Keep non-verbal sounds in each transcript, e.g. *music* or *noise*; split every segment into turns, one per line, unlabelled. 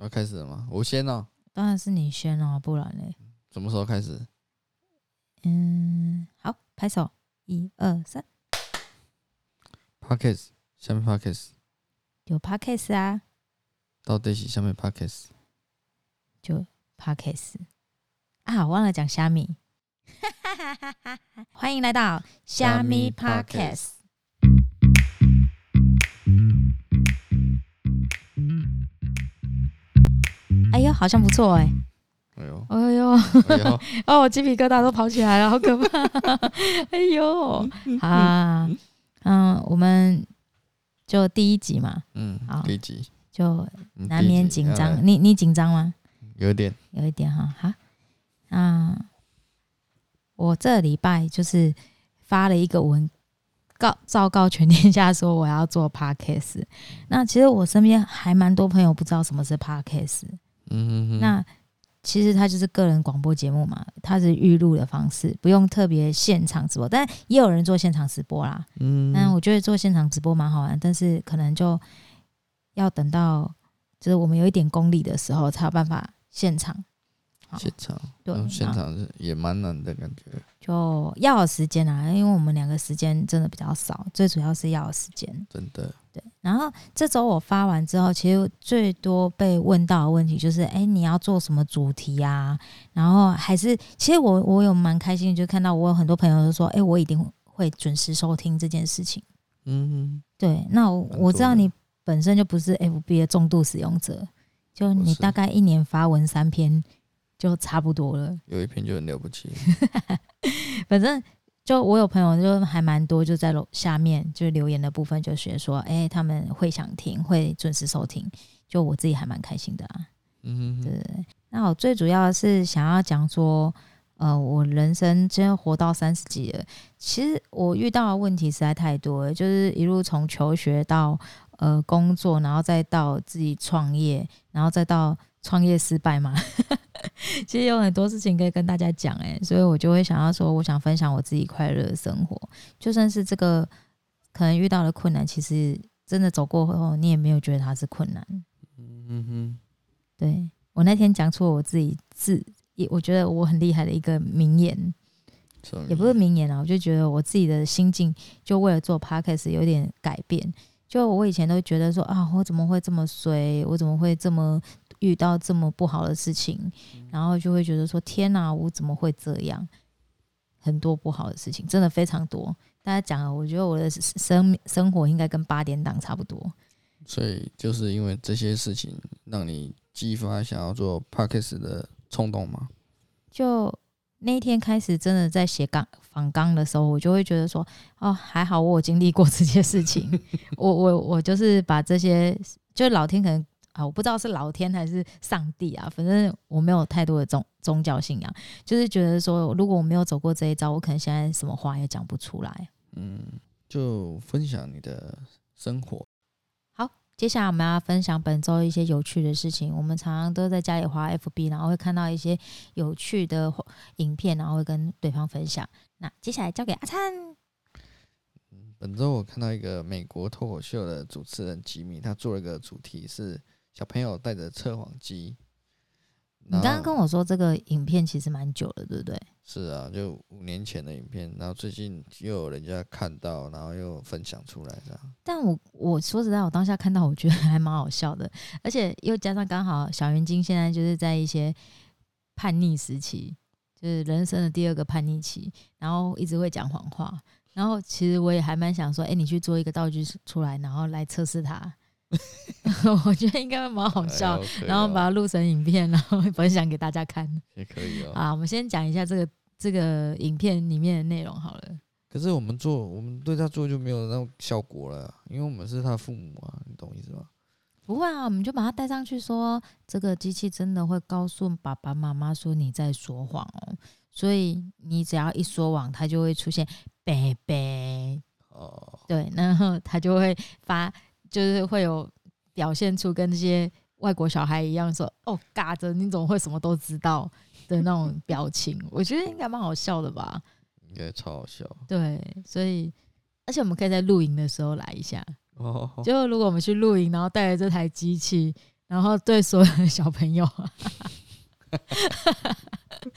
要开始了吗？我先哦，
当然是你先啊，不然嘞，
什么时候开始？
嗯，好，拍手，一二三，
Pockets 下面 Pockets
有 podcast 啊，
到 Daisy 下面 Pockets，
就 podcast 啊，忘了讲虾米， *laughs* 欢迎来到
虾
虾米
米
podcast。哎呦，好像不错哎、
哎
*laughs*
呦，
哎呦，
哎呦，
哦，我鸡皮疙瘩都跑起来了，好可怕！ *laughs* 哎 *laughs* 呦，好啊，嗯，我们就第一集嘛，
嗯
好，
第一集，
就
嗯
难免
第一集
紧
要
张。
来
你你紧张吗？
有点，
有一点哈，好，那我这礼拜就是发了一个文告，昭告全天下说我要做 podcast。那其实我身边还蛮多朋友不知道什么是 podcast，
嗯哼哼，
那其实它就是个人广播节目嘛，它是预录的方式，不用特别现场直播，但也有人做现场直播啦。
嗯，
但我觉得做现场直播蛮好玩，但是可能就要等到就是我们有一点功力的时候，才有办法现场。好
现场，
对，
嗯现
那
场是也蛮难的感觉，
就要有时间啊，因为我们两个时间真的比较少，最主要是要有时间。
真的，
然后这周我发完之后，其实最多被问到的问题就是：哎、你要做什么主题啊？然后还是，其实我我有蛮开心的，就看到我有很多朋友都说：哎、我一定会准时收听这件事情。
嗯
对，那我
蛮多
我知道
的
你本身就不是 FB 的重度使用者，就
不
你
是
大概一年发文三篇就差不多了。
哼，有一篇就很了不起，
反正就我有朋友就还蛮多，就在楼下面就留言的部分就写说，哎、他们会想听，会准时收听。就我自己还蛮开心的啊。
嗯哼
对那我最主要是想要讲说，呃，我人生真的活到三十几了，其实我遇到的问题实在太多了，就是一路从求学到呃工作，然后再到自己创业，然后再到创业失败嘛。 *laughs* 其实有很多事情可以跟大家讲哎、所以我就会想要说，我想分享我自己快乐的生活，就算是这个可能遇到的困难，其实真的走过后，你也没有觉得它是困难。
嗯哼哼，
对我那天讲出了我自己自，也我觉得我很厉害的一个名言，
什么
也不是名言啊，我就觉得我自己的心境就为了做 podcast 有点改变。就我以前都觉得说啊，我怎么会这么衰？我怎么会这么遇到这么不好的事情？然后就会觉得说天哪、我怎么会这样？很多不好的事情，真的非常多。大家讲了，我觉得我的生生活应该跟八点档差不多。
所以就是因为这些事情让你激发想要做 Pockets 的冲动吗？
就那一天开始，真的在写纲访纲的时候，我就会觉得说，哦，还好我有经历过这些事情，我我我就是把这些，就老天可能啊，我不知道是老天还是上帝啊，反正我没有太多的宗宗教信仰，就是觉得说，如果我没有走过这一招，我可能现在什么话也讲不出来。
嗯，就分享你的生活，
接下来我们要分享本周一些有趣的事情。我们常常都在家里滑 FB，然后会看到一些有趣的影片，然后会跟对方分享。那接下来交给阿灿。
嗯本周我看到一个美国脱口秀的主持人吉米，他做了一个主题是小朋友带着测谎机。
你刚刚跟
我
我说这个影片其实蛮久了，对不对？
是啊，就五年前的影片，然后最近又有人家看到，然后又分享出来这样。
但我我说实在，我当下看到我觉得还蛮好笑的，而且又加上刚好小圆晶现在就是在一些叛逆时期，就是人生的第二个叛逆期，然后一直会讲谎话，然后其实我也还蛮想说，哎、你去做一个道具出来，然后来测试它， *laughs* 我觉得应该会蛮好笑的，
哎呦，可以
然后
哦
把它录成影片，然后 *laughs* 分享给大家看。
也可以哦。
啊，我们先讲一下这个这个影片里面的内容好了。
可是我们做，我们对他做就没有那种效果了，因为我们是他父母啊，你懂意思吗？
不会啊，我们就把它带上去说，这个机器真的会告诉爸爸妈妈说你在说谎哦，所以你只要一说谎，它就会出现“贝贝
哦”，， *laughs*
对，然后它就会发，就是会有表现出跟这些外国小孩一样说“哦，嘎着你怎么会什么都知道”的那种表情，我觉得应该蛮好笑的吧？
应该超好笑
对，所以而且我们可以在露营的时候来一下。
哦。
就如果我们去露营，然后带着这台机器，然后对所有的小朋友， *laughs*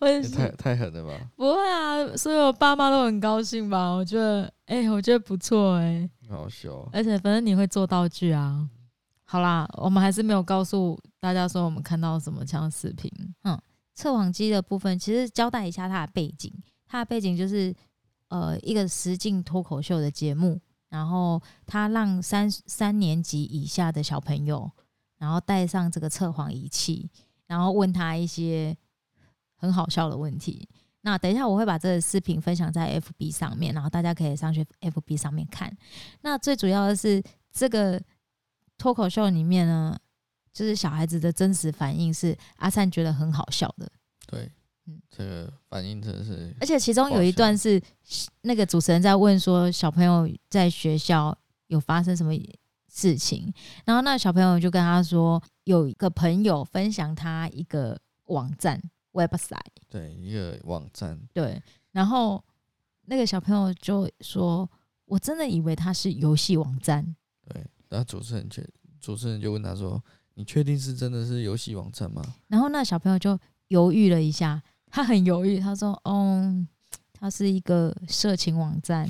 我也
也
是
太太狠了吧？
不会啊，所有爸妈都很高兴吧？我觉得，哎、我觉得不错哎、
很好笑哦。
而且反正你会做道具啊。好啦，我们还是没有告诉大家说我们看到什么样的视频。嗯，测谎机的部分其实交代一下它的背景，它的背景就是呃一个实境脱口秀的节目，然后它让三三年级以下的小朋友，然后带上这个测谎仪器，然后问他一些很好笑的问题。那等一下我会把这个视频分享在 FB 上面，然后大家可以上去 FB 上面看。那最主要的是，这个脱口秀里面呢，就是小孩子的真实反应是阿善觉得很好笑的，
对
嗯，
这个反应真的是
而且其中有一段是那个主持人在问说小朋友在学校有发生什么事情，然后那个小朋友就跟他说，有一个朋友分享他一个网站 website，
对一个网站，
对，然后那个小朋友就说，我真的以为他是游戏网站。
对。然后主持人确主持人就问他说：“你确定是真的是游戏网站吗
然后那小朋友就犹豫了一下，他很犹豫，他说：“嗯，它是一个色情网站。”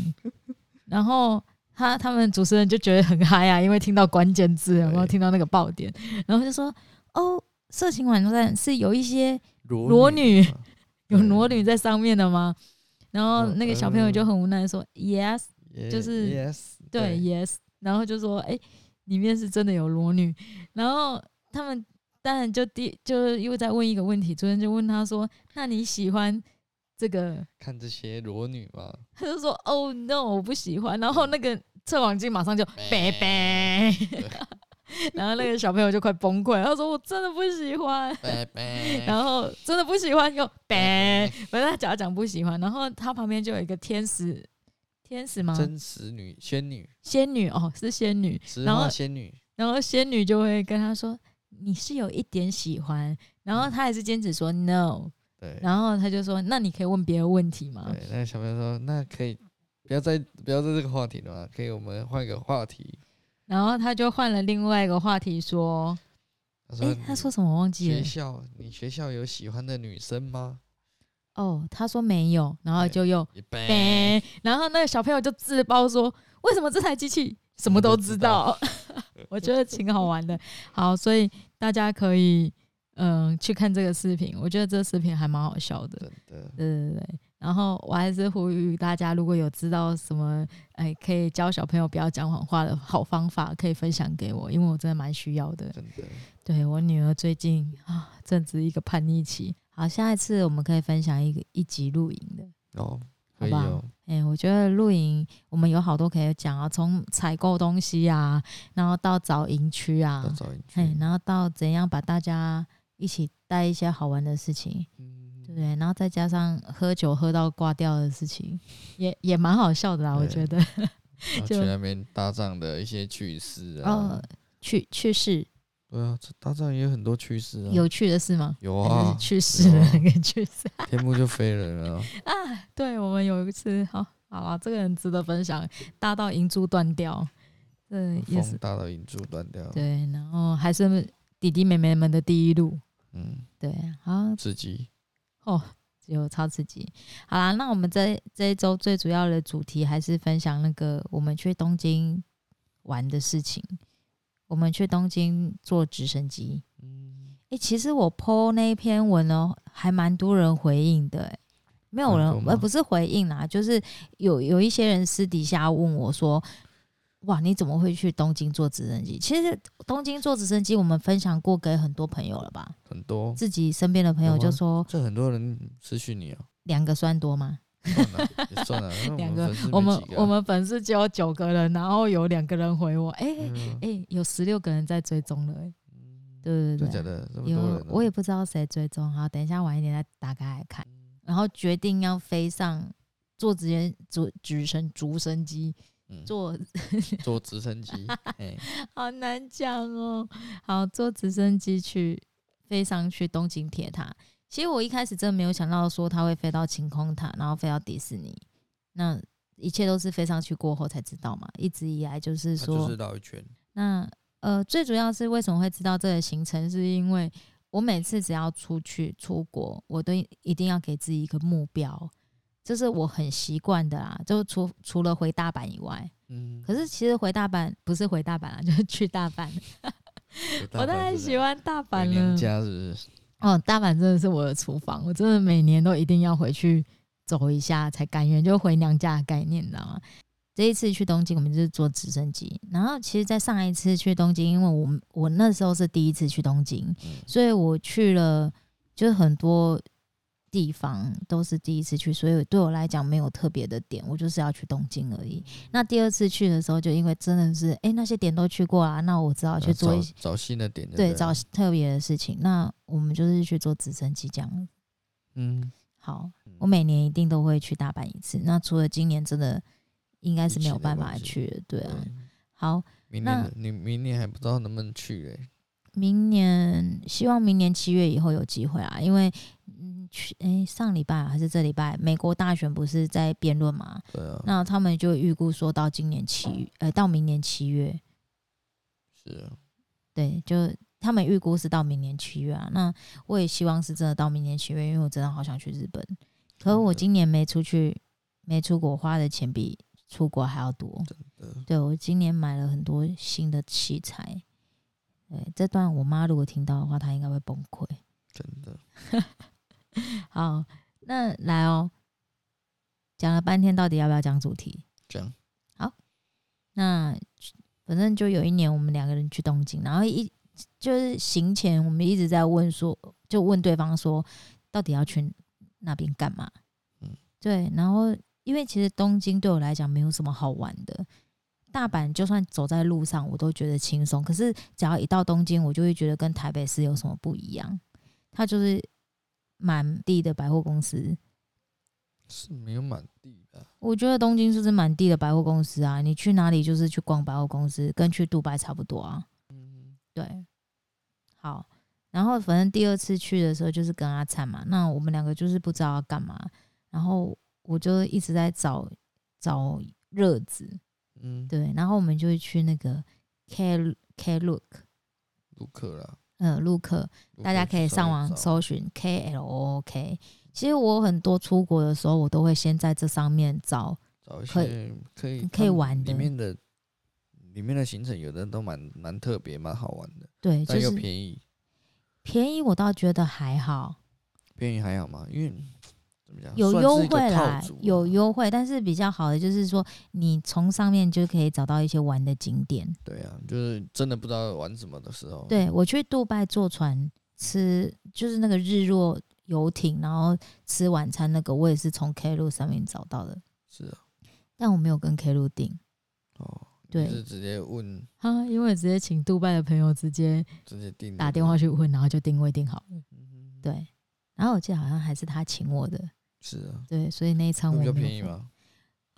然后他他们主持人就觉得很嗨啊，因为听到关键字，有没有
对
听到那个爆点？然后就说：“哦，色情网站是有一些？”
裸
裸女
吗
有
对
裸女在上面的吗？然后
嗯
那个小朋友
呃
就很无奈地说：“Yes，
，Yeah，
就是
yes，
对 yes，然后就说哎、里面是真的有裸女，然后他们当然就第就是又在问一个问题，主持人就问他说，那你喜欢这个？
看这些裸女嘛，
他就说哦 no，我不喜欢，然后那个测谎机马上就拜拜。 *laughs* 然后那个小朋友就快崩溃，他说：“我真的不喜欢。
拜拜。”
*laughs* 然后真的不喜欢又拜
拜，
反正他假讲不喜欢。然后他旁边就有一个天使，天使吗？
真实女仙女，
仙女哦，是仙女。
实
然后
话仙女，
然后仙女就会跟他说：“你是有一点喜欢。”然后他还是坚持说 “no”，
嗯对。
然后他就说：“那你可以问别的问题吗
对，那个小朋友说：“那可以不要再不要再这个话题了嘛，可以我们换一个话题。？”
然后他就换了另外一个话题说：“
他说：“
诶，他说什么我忘记
学
了
校，你学校有喜欢的女生吗
哦，他说没有。”然后
对
就又？”
一
呗，然后那个小朋友就自曝说：“为什么这台机器什么都知道？” *laughs* 我觉得挺好玩的。好，所以大家可以嗯、呃去看这个视频，我觉得这个视频还蛮好笑的。
真的，
对对对。然后我还是呼吁大家，如果有知道什么，哎，可以教小朋友不要讲谎话的好方法，可以分享给我，因为我真的蛮需要的。
真的，
对我女儿最近啊，正值一个叛逆期。好，下一次我们可以分享一个一集露营的。
哦，
好
可以
吧
哦，
哎、我觉得露营我们有好多可以讲啊，从采购东西啊，然后到找营区
要
啊，
找一
哎、
句，
然后到怎样把大家一起带一些好玩的事情，
嗯
对不对？然后再加上喝酒喝到挂掉的事情，也也蛮好笑的啦。我
对
觉得，
然啊后去
就
那边搭帐的一些趣事啊
呃，，趣趣事
对啊，这搭帐也有很多趣事啊，
有趣的事吗？
有
还
啊
是，去世的
有啊
那个去世 *laughs*
天幕就飞人啊，
啊！对，我们有一次，好，好了，这个很值得分享，大到银珠断掉，这也
风
是
大到银柱断掉，
对，然后还是弟弟妹妹们的第一路，
嗯，
对，好，
刺激，
有超刺激。好啦，那我们这这一周最主要的主题还是分享那个我们去东京玩的事情。我们去东京坐直升机。
嗯，
诶，其实我 PO 那一篇文呢，还蛮多人回应的、诶没有人
蛮多，吗
呃，不是回应啦，就是有有一些人私底下问我说：“哇，你怎么会去东京坐直升机？”其实东京坐直升机，我们分享过给很多朋友了吧？
很多，
自己身边的朋友
有
就
啊
说
这很多人私讯你啊，
两个算多吗？
算了也算了，因为
两
我们
个
粉丝，
我
没
们
几个啊
我们粉丝只有九个人，然后有两个人回我，哎、哎、
嗯
*laughs*
啊
有十六个人在追踪了、哎对
真的
对
假
对对，
的这么多人
有
啊，
我也不知道谁追踪，好，等一下晚一点再打开来看，
嗯
然后决定要飞上坐直接直直升竹升机
嗯
坐，
坐直升
*laughs*
机，哎，
好难讲哦，好坐直升机去飞上去东京铁塔。其实我一开始真的没有想到说它会飞到晴空塔，然后飞到迪士尼，那。啊一切都是飞上去过后才知道嘛，一直以来就是
它
说，
就是绕一圈，
那呃，最主要是为什么会知道这个行程，是因为我每次只要出去出国，我都一定要给自己一个目标，这是我很习惯的啦。就除除了回大阪以外，
嗯，
可是其实回大阪不是回大阪啦，就是去大阪。我太喜欢大阪
回
了
哎娘。家是不是？
哦，大阪真的是我的厨房，我真的每年都一定要回去走一下才甘愿，就回娘家的概念，你知道吗？这一次去东京，我们就是坐直升机。然后其实，在上一次去东京，因为我们我那时候是第一次去东京，
嗯
所以我去了就是很多地方都是第一次去，所以对我来讲没有特别的点，我就是要去东京而已。那第二次去的时候，就因为真的是哎、诶那些点都去过啊，那我只好去
要
做一些
找找新的点就
对
了
找特别的事情。那我们就是去做直升机这样。
嗯，
好
嗯，
我每年一定都会去大阪一次。那除了今年，真的应该是没有办法
疫情
去了。对啊，
对
好，
明
那
年你明年还不知道能不能去欸嘞、
明年希望明年七月以后有机会啊，因为嗯，去诶、上礼拜啊还是这礼拜，美国大选不是在辩论嘛？
对啊，
那他们就预估说到今年七，呃，到明年七月，
是啊，
对，就他们预估是到明年七月啊。那我也希望是真的到明年七月，因为我真的好想去日本。可是我今年没出去，没出国花的钱比出国还要多。
的
对我今年买了很多新的器材。对，这段我妈如果听到的话，她应该会崩溃。
真的
好，那来哦，讲了半天，到底要不要讲主题？
这样，
那反正就有一年我们两个人去东京，然后一就是行前我们一直在问说，就问对方说到底要去那边干嘛？
嗯
对，然后因为其实东京对我来讲没有什么好玩的。大阪就算走在路上，我都觉得轻松。可是只要一到东京，我就会觉得跟台北市有什么不一样。它就是满地的百货公司，
是没有满地的啊、
我觉得东京就是满地的百货公司啊，你去哪里就是去逛百货公司，跟去杜拜差不多啊。
嗯，
对，好，然后反正第二次去的时候就是跟阿灿嘛，那我们两个就是不知道要干嘛，然后我就一直在找找热子，
嗯，
对，然后我们就会去那个 K K Look，
卢克啦，
呃，陆克，
卢
大
克
家
去
可以
稍
上
微
网
找，
搜寻 K L O O K。其实我很多出国的时候，我都会先在这上面找
找一
可以
些可以
可以
他们
玩
里
的
面的里面的行程，有的都蛮蛮特别，蛮好玩的，
对，就
但又
是
便宜，
便宜我倒觉得还好，
便宜还好嘛，因为怎么讲
有
算是
优
一个
惠
套
啦
组，
有
啊
优惠，但是比较好的就是说，你从上面就可以找到一些玩的景点。
对啊，就是真的不知道玩什么的时候，
对我去杜拜坐船吃，就是那个日落游艇，然后吃晚餐那个，我也是从 K 路上面找到的，
是啊，
但我没有跟 K 路订
哦，你
对
是直接问，
啊， *laughs* 因为直接请杜拜的朋友直接
直接订
打
的
电话，去问，然后就定位定好了。
嗯
对，然后我记得好像还是他请我的，
是啊，
对，所以那一餐
那
我
比较
没有
便宜
付
嘛，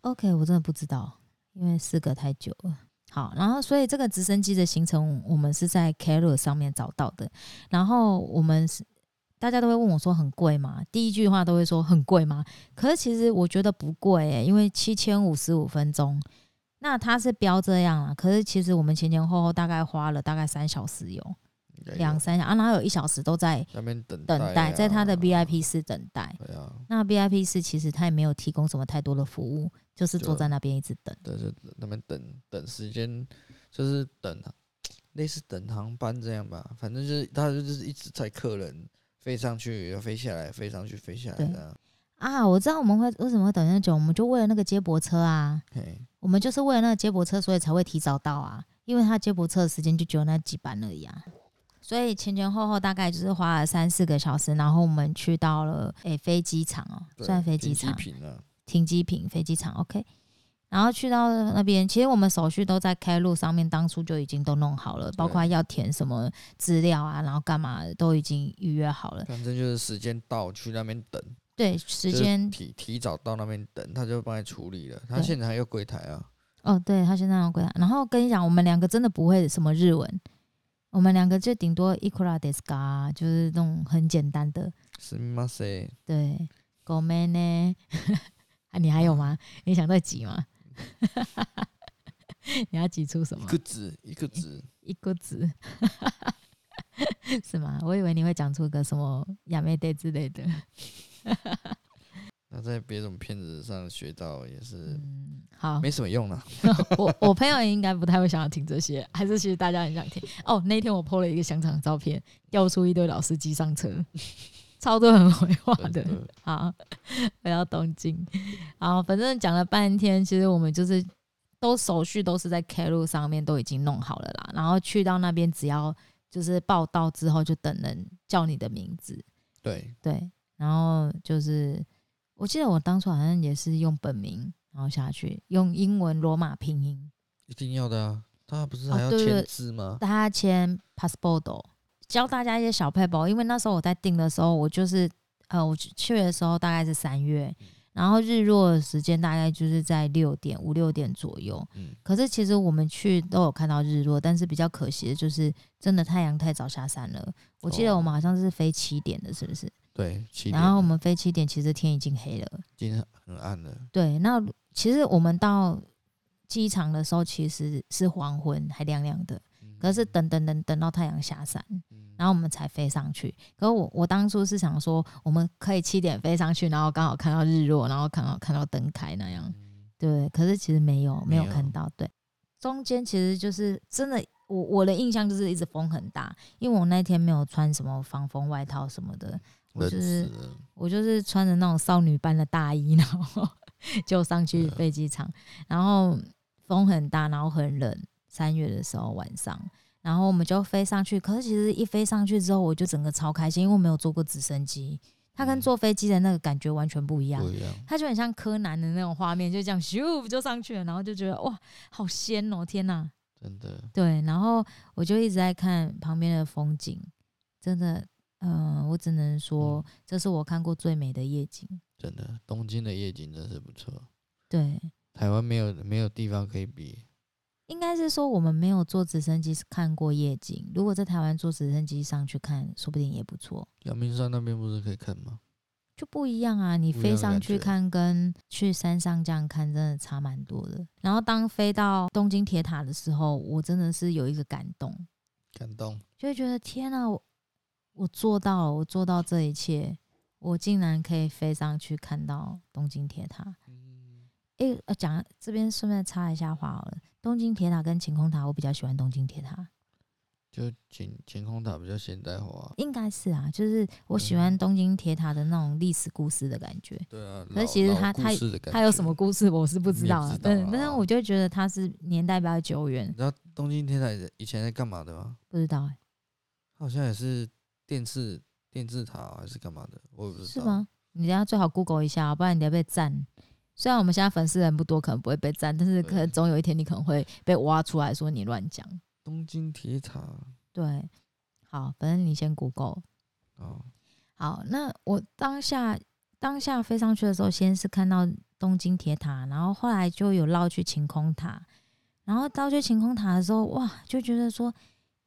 OK，我真的不知道，因为事隔太久了。好，然后所以这个直升机的行程，我们是在 c a r o 上面找到的。然后我们是大家都会问我说很贵吗？第一句话都会说很贵吗？可是其实我觉得不贵、欸，因为七千五十五分钟，那它是标这样啊。可是其实我们前前后后大概花了大概三小时有
应该有
两三小啊，然后有一小时都在
那边等
等待，
啊
在它的 VIP 室等待。
对啊，
那 VIP 室其实它也没有提供什么太多的服务，就是坐
就
在那边一直等。
对，就那边等等时间，就是等类似等航班这样吧，反正就是他就是一直载客人飞上去，又飞下来，飞上去，飞下来
对
的啊，
啊，我知道我们会为什么会等那么久，我们就为了那个接驳车啊，
嘿，
我们就是为了那个接驳车，所以才会提早到啊，因为他接驳车的时间就只有那几班而已啊。所以前前后后大概就是花了三四个小时，然后我们去到了诶、飞机场哦、
对
算飞
停
机场
坪啊，
停机坪飞机场 OK，然后去到那边，其实我们手续都在开路上面，当初就已经都弄好了，包括要填什么资料啊，然后干嘛的都已经预约好了。
反正就是时间到去那边等，
对，时
就是
间
提提早到那边等，他就帮你处理了，他
对
现在还有柜台啊，
哦，对他现在要归他。然后跟你讲，我们两个真的不会什么日文，我们两个就顶多 i k u r a d e s k a 就是那种很简单的。
是吗？谁？
对 g o m e *laughs* 呢？啊，你还有吗？你想再挤吗？ *laughs* 你要挤出什
一
么？
个字一个字，
一个字， *laughs* 是吗？我以为你会讲出个什么亚美得之类的。
那在别种片子上学到也是
嗯，好，
没什么用啦。
*laughs* 我我朋友应该不太会想要听这些，还是其实大家很想听。哦，那天我 PO 了一个香肠的照片，调出一堆老司机
*laughs*
上车，超多很回话的
真的。
好，回到东京，好，反正讲了半天，其实我们就是都手续都是在 K 路上面都已经弄好了啦，然后去到那边只要就是报到之后就等人叫你的名字，
对，
对，然后就是我记得我当初好像也是用本名，然后下去用英文罗马拼音，
一定要的啊！他不是
哦
还要
对对
签
对
字吗？
大家签 passport，教大家一些小配包。因为那时候我在订的时候，我就是呃，我去去的时候大概是三月，
嗯
然后日落的时间大概就是在六点五六点左右。
嗯，
可是其实我们去都有看到日落，但是比较可惜的就是，真的太阳太早下山了。我记得
哦
我们好像是飞七点的，是不是？
对，七点
然后我们飞七点，其实天已经黑了。
今天很暗了，
对，那其实我们到机场的时候其实是黄昏，还亮亮的。可是等等等等到太阳下山，
嗯
然后我们才飞上去。可我我当初是想说，我们可以七点飞上去，然后刚好看到日落，然后刚好看到灯开那样。
嗯
对，可是其实没有，没
没
有
有
看到。对，中间其实就是真的，我我的印象就是一直风很大，因为我那天没有穿什么防风外套什么的，我
嗯冷
就是
死了，
我就是穿着那种少女般的大衣，然后 *laughs* 就上去飞机场，然后风很大，然后很冷，三月的时候晚上，然后我们就飞上去。可是其实一飞上去之后，我就整个超开心，因为我没有坐过直升机，它跟
嗯
坐飞机的那个感觉完全不一样
不。一样。
它就很像柯南的那种画面，就这样咻就上去了，然后就觉得哇，好仙哦、天哪！
真的，
对，然后我就一直在看旁边的风景，真的，嗯、我只能说、这是我看过最美的夜景。
真的，东京的夜景真是不错，
对，
台湾没有没有地方可以比。
应该是说我们没有坐直升机看过夜景，如果在台湾坐直升机上去看，说不定也不错，
阳明山那边不是可以看吗？
就不一样啊！你
不一
飞
样的
上
感
去
觉
看跟去山上这样看真的差蛮多的。然后当飞到东京铁塔的时候，我真的是有一个感动，
感动，
就会觉得天啊，我我做到了，我做到这一切，我竟然可以飞上去看到东京铁塔。诶、呃讲这边顺便插一下话好了，东京铁塔跟晴空塔，我比较喜欢东京铁塔，
就晴晴空塔比较现代化。
应该是啊，就是我喜
嗯
欢东京铁塔的那种历史故事的感觉。
对啊，
可是
老
其实
老
它
故
它
事的感
它有
觉
什么？故事，我是不知道
你
啊
也，不知道
但
啊
但是我就觉得它是年代比较久远
你，知道东京铁塔以前在干嘛的吗？
不知道、欸、
它好像也是电视电视塔还是干嘛的，我也不知道。
是吗？？你等一下最好 Google 一下，不然你等一下被赞。虽然我们现在粉丝人不多，可能不会被赞，但是可能
对
总有一天你可能会被挖出来说你乱讲。
东京铁塔
对，好，反正你先 Google。
哦，
好，那我当下当下飞上去的时候，先是看到东京铁塔，然后后来就有绕去晴空塔，然后绕去晴空塔的时候，哇，就觉得说，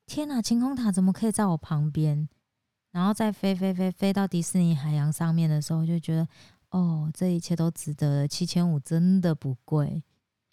天哪，晴空塔怎么可以在我旁边？然后再飞飞飞飞到迪士尼海洋上面的时候，就觉得，哦，这一切都值得了，七千五真的不贵，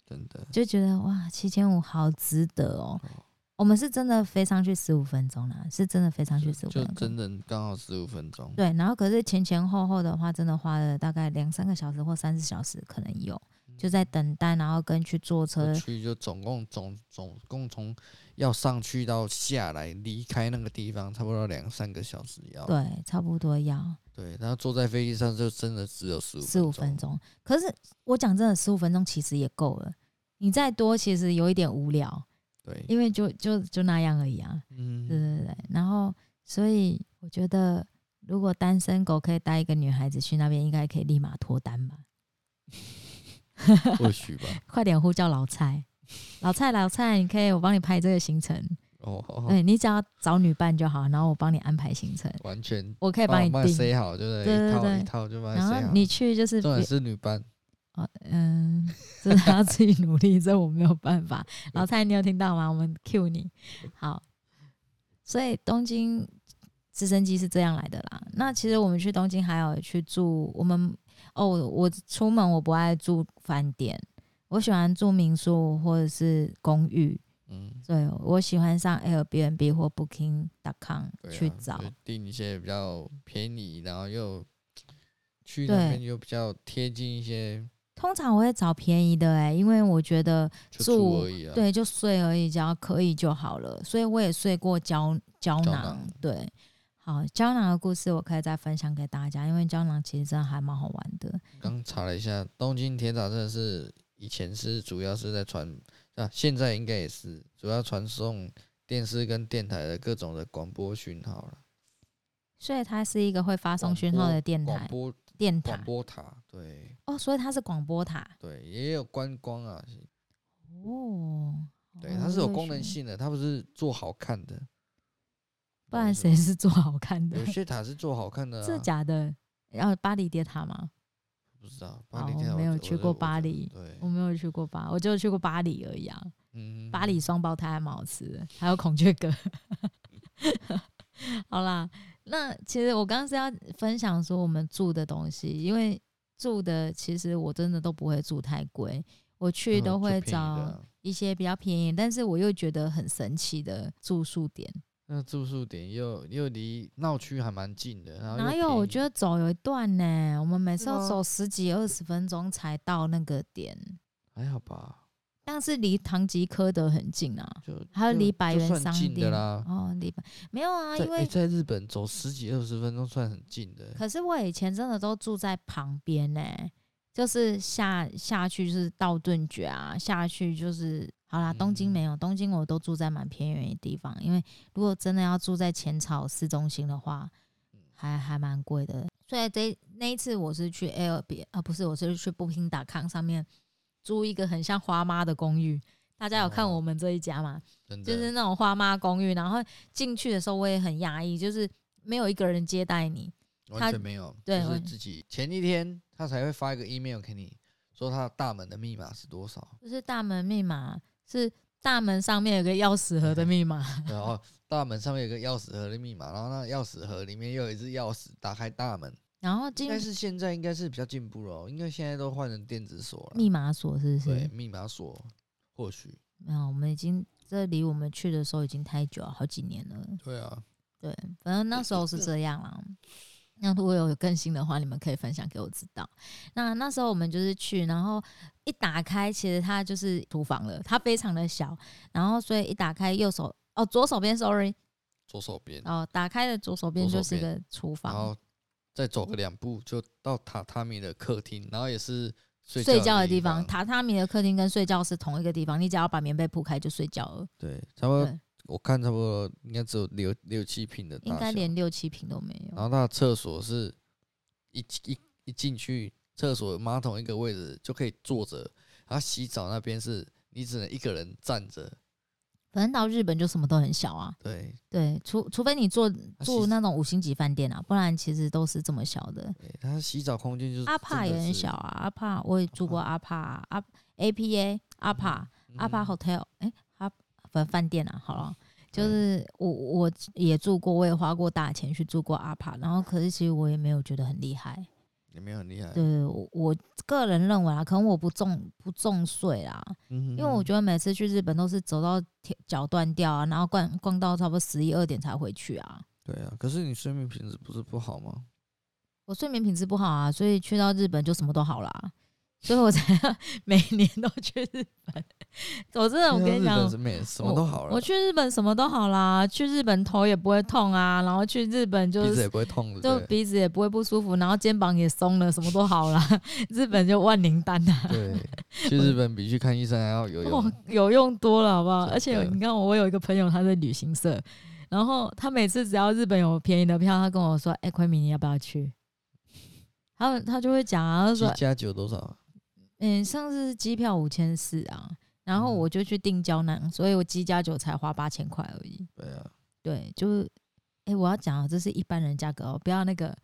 真的
就觉得哇，七千五好值得哦。
哦
我们是真的飞上去十五分钟啦，是真的飞上去十五
就
分钟
整，整刚好十五分钟。
对，然后可是前前后后的话，真的花了大概两三个小时或三四小时，可能有就在等待，然后跟去嗯坐车
我，去就总共总总共从要上去到下来离开那个地方，差不多两三个小时要。
对，差不多要
对，然后坐在飞机上就真的只有十五
十五分。钟。可是我讲真的，十五分钟其实也够了，你再多其实有一点无聊，
对，
因为就就就那样而已啊。对
嗯，
对对，然后所以我觉得，如果单身狗可以带一个女孩子去那边，应该可以立马脱单吧。
或许
*laughs*
吧。
快点呼叫老蔡，老蔡，老蔡，你可以我帮你排这个行程，
哦，
对哎你只要找女伴就好，然后我帮你安排行程，
完全
我可以帮
我
你
哦帮你
定。
塞好，对不
对对
一套
对
一套就帮
然
塞
后
好。
你去就是
重点
别
是女班，
哦嗯，这是他自己努力，这我没有办法。老蔡，你有听到吗？我们 Q 你好。所以东京直升机是这样来的啦。那其实我们去东京还有去住我们哦，我出门我不爱住饭店，我喜欢住民宿或者是公寓，
嗯，
对我喜欢上 Airbnb 或 Booking.com
对啊
去找。
就订一些比较便宜，然后又去
对
那边又比较贴近一些，
通常我会找便宜的、欸，因为我觉得
就
住
住而已啊。，
对，就睡而已，只要可以就好了。所以我也睡过胶胶
胶
囊，
囊
对。好，胶囊的故事我可以再分享给大家，因为胶囊其实真的还蛮好玩的。
刚查了一下，东京铁塔真的是以前是主要是在传啊，现在应该也是主要传送电视跟电台的各种的广播讯号了。
所以它是一个会发送讯号的电
广
台，
播
电
广
台
播塔，对
哦，所以它是广播塔
对，也有观光啊，
哦。
对，
哦
它是有功
我以
能
为
性的，它不是做好看的，
不然谁是做好看的
有？些塔是做好看的、啊，
这假的？然后巴黎铁塔吗？
不知道。
哦
巴黎铁塔
我没有
我
去
我就
过
我就
巴黎
对
我，没有去过巴，我就去过巴黎而已啊。
嗯
巴黎双胞胎还蛮好吃的，还有孔雀蛤。 *laughs* 好啦，那其实我刚刚是要分享说我们住的东西，因为住的其实我真的都不会住太贵，我去
嗯
都
就
会
便宜的
找
啊
一些比较便宜，但是我又觉得很神奇的住宿点。
那住宿点又又离闹区还蛮近的，然后
哪
哦又
有？
便宜
我
啊
觉得走有一段呢、我们每次
是
都
吗
走十几二十分钟才到那个点，
还好吧，
但是离唐吉诃德很近啊，
就
还有
就
离百
就
元
算
商
近的
店
啦。
哦，离百没有啊，
在
因
诶
为
在日本走十几二十分钟算很近的，
可是我以前真的都住在旁边呢、就是下下去就是道顿崛啊，下去就是好啦。东
嗯
京没有，东京我都住在蛮偏远的地方，因为如果真的要住在浅草市中心的话，
嗯
还还蛮贵的。所以这那一次我是去 Airbnb 啊，不是，我是去 Booking.com 上面租一个很像花妈的公寓。大家有看
哦
我们这一家吗？
真的。
就是那种花妈公寓，然后进去的时候我也很压抑，就是没有一个人接待你，他
完全没有，
对
就是
完
自己前一天他才会发一个 email 给你，说他大门的密码是多少，
就是大门密码是大门上面有个钥匙盒的密码，
*laughs* 然后大门上面有个钥匙盒的密码，然后那钥匙盒里面又有一只钥匙，打开大门。
然后
应
进
该是现在应该是比较进步了哦，应该现在都换成电子锁了，
密码锁是不
对
是？
密码锁，或许
没有，我们已经这离我们去的时候已经太久了，好几年了。
对啊，
对，反正那时候是这样
*laughs*
啦。那如果有更新的话，你们可以分享给我知道。那那时候我们就是去，然后一打开，其实它就是厨房了，它非常的小，然后所以一打开右手哦，左手边，sorry，
左手边，
哦，打开的左手边
左
就
手
是
边
个厨
然
房，
后再走个两步就到榻榻米的客厅，然后也是睡
睡
觉
觉
的
的地方
方，，
榻榻米的客厅跟睡觉是同一个地方，你只要把棉被铺开就睡觉了，
对，差不
对
多我看差不多应该只有六六七平的大小，
应该连六七平都没
然
有。
后他的厕所是一一一进去，厕所马桶一个位置就可以坐着，然后洗澡那边是你只能一个人站着，
反正到日本就什么都很小啊，
对，
对，除除非你住
啊
住
其
那种五星级饭店啊，不然其实都是这么小的。
对他洗澡空间就是
阿帕
嗯真
也
的
很
是
小，啊，阿帕我也住过阿帕啊阿 A P A 阿帕阿帕
嗯
Hotel，哎、阿反正饭店啊，好了，就是我我也住过，我也花过大钱去住过阿帕，然后可是其实我也没有觉得很厉害，
也没有很厉害，
对，我我个人认为啊，可能我不重不重睡啦，
嗯哼
因为我觉得每次去日本都是走到铁脚断掉啊，然后逛逛到差不多十一二点才回去啊。
对啊，可是你睡眠品质不是不好吗？
我睡眠品质不好啊，所以去到日本就什么都好啦，所以我才 *laughs* 每年都去日本。我真的，我
去到
跟你
日本
讲
是，没什么都好了，
我去日本什么都好啦，去日本头也不会痛啊，然后去日本
鼻
就
子
是
也不会痛的，
就
对
鼻子也不会不舒服，然后肩膀也松了，什么都好啦。 *laughs* 日本就万灵丹啊。
对， *laughs* 去日本比去看医生还要有用
哦，，有用多了，好不好？
真的
而且你看，我有一个朋友，他在旅行社，然后他每次只要日本有便宜的票，他跟我说：“哎、昆明你要不要去？”然后他就会讲啊，他就
七
说
加九多少啊？：“
嗯、上次机票五千四啊，然后
嗯
我就去订胶囊，所以我机加酒才花八千块而已。
对啊，”
对，就是，哎、我要讲啊，这是一般人价格哦，不要那个，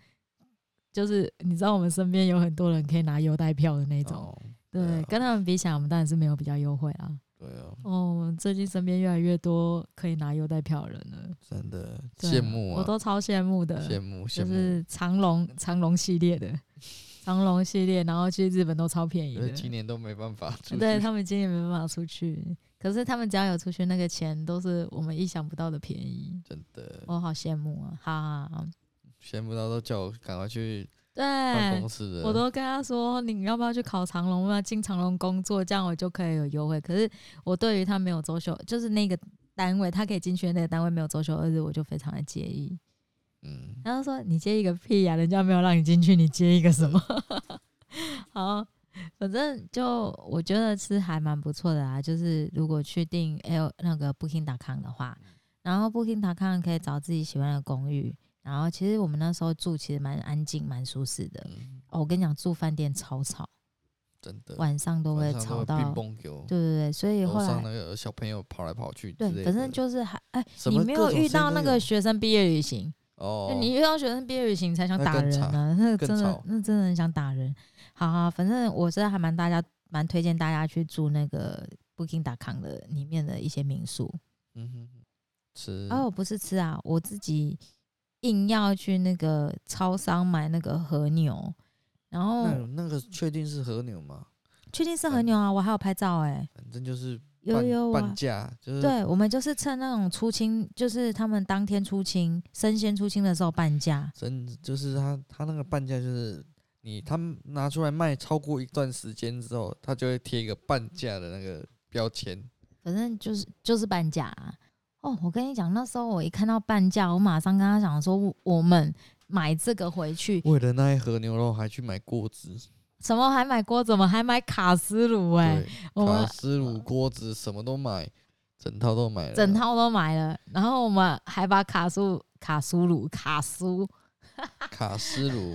就是你知道我们身边有很多人可以拿优待票的那种，
哦
对，
对啊
跟他们比起来，我们当然是没有比较优惠啦。
对啊，
哦，最近身边越来越多可以拿优待票的人了，
真的
对
羡慕
我
啊，
都超羡慕的，
羡慕羡
就
慕。
是长隆长隆系列的，长龙系列，然后去日本都超便宜
因为
的
今。年都没办法呃出去。
对他们今年没办法出去，可是他们只要有出去，那个钱都是我们意想不到的便宜，
真的
我好羡慕啊！哈哈，
先不到都叫我赶快去换
对
公，司的，
哎我都跟他说你要不要去考长隆，要不要进长隆工作，这样我就可以有优惠。可是我对于他没有周休，就是那个单位他可以进去的那个单位没有周休二日，我就非常的介意。
嗯，
然后说你介意个屁呀、人家没有让你进去，你介意个什么？ *laughs* 好，反正就我觉得是还蛮不错的啊。就是如果去订 L 那个 Booking.com 的话，
嗯
然后 Booking.com 可以找自己喜欢的公寓。然后其实我们那时候住其实蛮安静、蛮舒适的。
嗯
哦，我跟你讲，住饭店超吵，
真的
晚上都会
晚上
吵
乒
到。
乓球，
对对对，所以后
楼上那
来
个小朋友跑来跑去之类的，
对，反正就是还哎，
什
你
么
没
各
有
种
遇
事情
到
都
那个
有
学生毕业旅行，
哦
就，你遇到学生毕业旅行才想
那
打
更
人
惨
呢、那
更
真的
吵
那真的很想打人。好啊，反正我是还蛮大家蛮推荐大家去住那个 Booking.com 的里面的一些民宿。
嗯哼，吃
哦，不是吃啊，我自己硬要去那个超商买那个和牛，然后
那那个确定是和牛吗？
确定是和牛啊，我还有拍照哎、
反正就是
有
半
有
半
啊。
价，就是
对，我们就是趁那种出清，就是他们当天出清、生鲜出清的时候半价。
真就是他他那个半价就是你他们拿出来卖超过一段时间之后，他就会贴一个半价的那个标签。
反正就是就是半价、啊。哦，我跟你讲，那时候我一看到半价，我马上跟他讲说，我我们买这个回去，
为了那一盒牛肉还去买锅子，
什么还买锅子，我们还买卡斯炉、哎，
对，
我
卡
们
斯炉锅子什么都买，整套都买了，
整套都买了，然后我们还把卡苏卡苏炉卡苏，
卡斯
*laughs*
炉，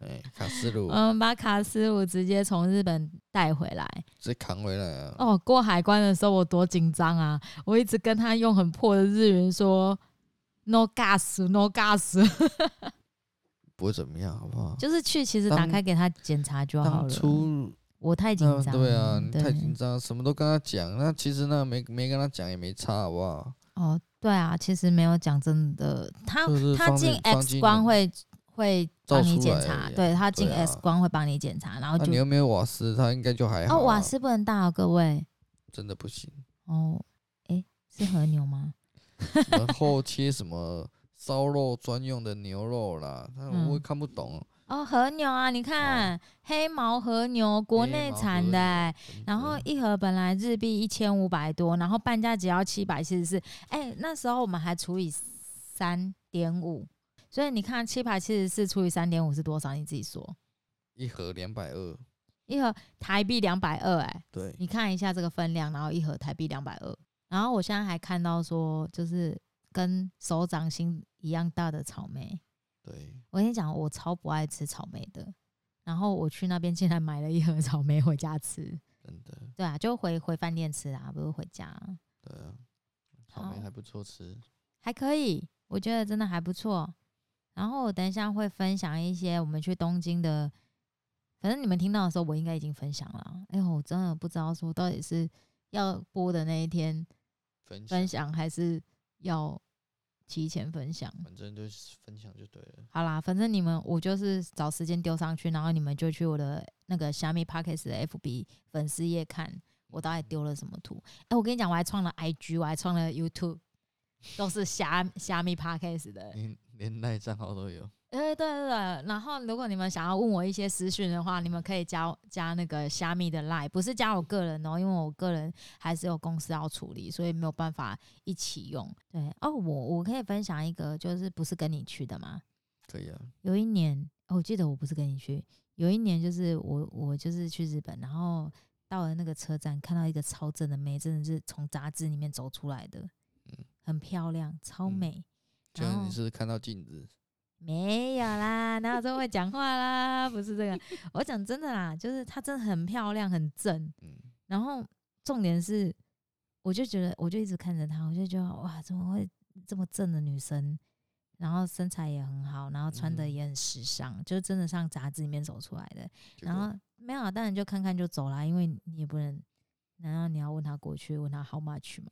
哎，卡斯炉
我们把卡斯炉直接从日本带回来。
直接扛回来啊！
哦，过海关的时候我多紧张啊！我一直跟他用很破的日语说 “no gas no gas”， *laughs*
不会怎么样，好不好？
就是去其实打
当
开给他检查就好
当
了。
初
我太紧
那
张了，
对啊，你
对
太紧张，什么都跟他讲。那其实那没没跟他讲也没差，好不好？
哦，对啊，其实没有讲真的，他
就是
他
方
进
便方
X
便
光
你
会会帮你
照出来
检查
而已，啊
对他进
对啊
X 光会帮你检查，然后
那、
就
你又没有瓦斯，他应该就还好、啊
哦瓦斯不能大哦，各位
真的不行。
哦，诶，是和牛吗？
什么后切什么烧肉专用的牛肉啦，他
嗯
我也看不懂。
哦，和牛啊，你看、黑毛和牛，国内产的、
黑毛
欸
和牛真的
然后一盒本来日币一千五百多，然后半价只要七百七十四。哎，那时候我们还除以三点五，所以你看七百七十四除以三点五是多少？你自己说，
一盒两百二，
一盒台币两百二，哎，
对，
你看一下这个分量，然后一盒台币两百二。然后我现在还看到说，就是跟手掌心一样大的草莓。
对，
我跟你讲，我超不爱吃草莓的。然后我去那边竟然买了一盒草莓回家吃，
真的，
对啊，就回回饭店吃啊，不是回家。
对啊，草莓
好
还不错吃。
还可以，我觉得真的还不错。然后我等一下会分享一些我们去东京的，反正你们听到的时候，我应该已经分享了啊。哎呦，我真的不知道说到底是要播的那一天
分享，
分享，还是要提前分享。
反正就是分享就对了。
好啦，反正你们我就是找时间丢上去，然后你们就去我的那个虾米 Pockets 的 FB 粉丝页看我到底丢了什么图。哎、我跟你讲，我还创了 IG，我还创了 YouTube，都是虾虾米 Pockets 的。
连连赖账号都有，
哎、对对对，然后如果你们想要问我一些私讯的话，你们可以加加那个虾米的 line，不是加我个人哦，因为我个人还是有公司要处理，所以没有办法一起用。对哦，我我可以分享一个，就是不是跟你去的吗？
可以啊。
有一年，哦我记得我不是跟你去，有一年就是我我就是去日本，然后到了那个车站，看到一个超正的妹，真的是从杂志里面走出来的，
嗯
很漂亮，超
嗯
美。
觉
然
得
后
你是不是看到镜子，
没有啦，哪有这么会讲话啦？不是这个，我讲真的啦，就是她真的很漂亮，很正。
嗯，
然后重点是，我就觉得，我就一直看着她，我就觉得哇，怎么会这么正的女生？然后身材也很好，然后穿的
嗯
也很时尚，就是真的像杂志里面走出来的。
结
然
果
后没有啊，当然就看看就走啦，因为你也不能，难道你要问她过去，问她 how much 吗？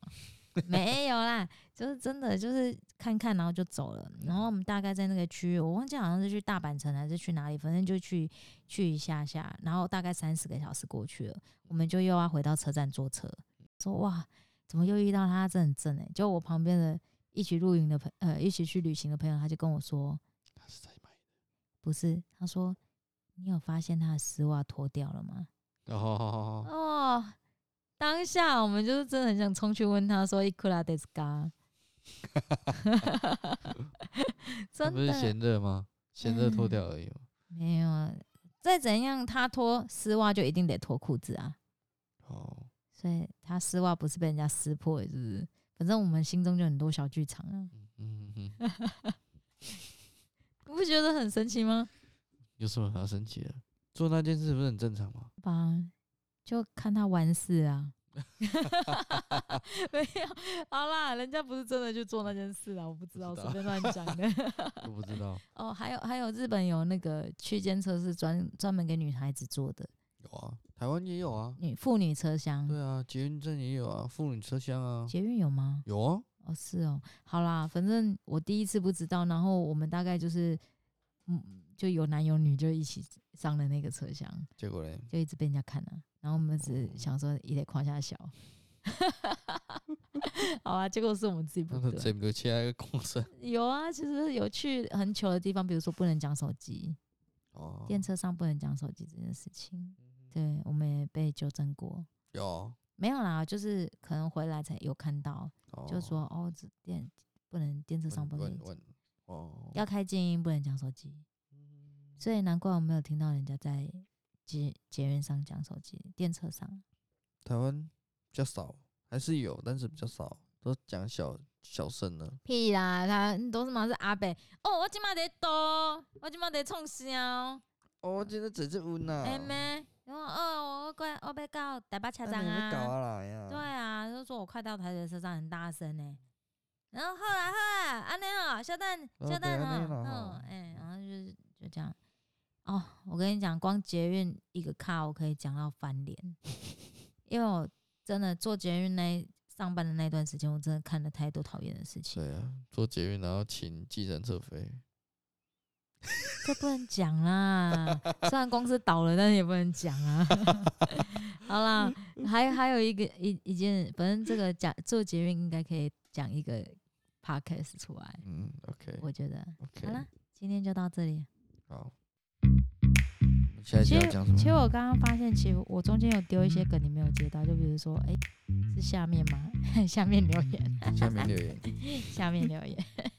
*laughs* 没有啦，就是真的就是看看，然后就走了。然后我们大概在那个区域，我忘记好像是去大阪城还是去哪里，反正就去去一下下。然后大概三四个小时过去了，我们就又要回到车站坐车。说哇，怎么又遇到他？这很正哎、就我旁边的一起露营的朋呃，一起去旅行的朋友，他就跟我说，
他是在买
不是，他说你有发现他的丝袜脱掉了吗？
的。哦，
哦，当下我们就是真的很想冲去问他说哎“いくらですか”，
他
*laughs* 真
不是
的
嫌热吗？嫌热脱掉而已嘛。哦
没有啊。再怎样，他脱丝袜就一定得脱裤子啊，
哦，
所以他丝袜不是被人家撕破，是不是？反正我们心中就很多小剧场啊，
嗯嗯嗯，
你不觉得很神奇吗？
有什么好生气的？做那件事不是很正常吗？
吧，就看他完事
*laughs*
啊。 *laughs* 没有，好啦，人家不是真的去做那件事啊，我不知道，
不知道
随便乱讲的。
我不知道，
哦，还有还有，日本有那个区间车是专专门给女孩子坐的，
有啊，台湾也有啊，
女妇女车厢。
对啊，捷运站也有啊，妇女车厢啊，
嗯捷运有吗？
有啊，
哦，是哦，好啦，反正我第一次不知道，然后我们大概就是，嗯，就有男有女就一起上了那个车厢，
结果嘞，
就一直被人家看啊。然后我们只
哦
想说也得夸下小， *laughs* 好啊，结果是我们自己不
那他
对。
整个切了一个空
*laughs*
身
有啊，其实有去很糗的地方，比如说不能讲手机，
哦，
电车上不能讲手机这件事情，对我们也被纠正过。
有啊，
没有啦，就是可能回来才有看到，
哦
就说哦，这电不能电车上不嗯能
问问哦，
要开静音，不能讲手机，所以难怪我没有听到人家在捷捷运上讲手机，电车上
台湾比较少，还是有，但是比较少，都讲小小声的。
屁啦，他都是嘛是阿北哦，我今嘛得多，我今嘛得冲销，
哦，我今天只是温呐，
哎妹，然后哦，我快我被告台北车
那
站
你们
啊，
搞啊啦呀？
对啊，就说我快到台北车站很大声呢、欸然后后来后来，安内哦，小蛋
哦
小蛋
对安内啦
哦，嗯，哎、然后就是就这样。哦，我跟你讲，光捷运一个卡，我可以讲到翻
*laughs*
脸，因为我真的坐捷运那上班的那段时间，我真的看了太多讨厌的事情，
对啊，坐捷运然后请计程车费，
这不能讲啦。虽然公司倒了，但是也不能讲啊。 *laughs* 好啦，还还有一个一一件，反正这个讲做捷运应该可以讲一个 podcast 出来，
嗯，OK
我觉得。好
OK，
啦，今天就到这里。
好。我们下一集
其
要
实
讲什么？
其实我刚刚发现，其实我中间有丢一些梗你没有接到，就比如 *laughs* 说，哎、是下面吗？下面留言，
下面留言。
下面留言。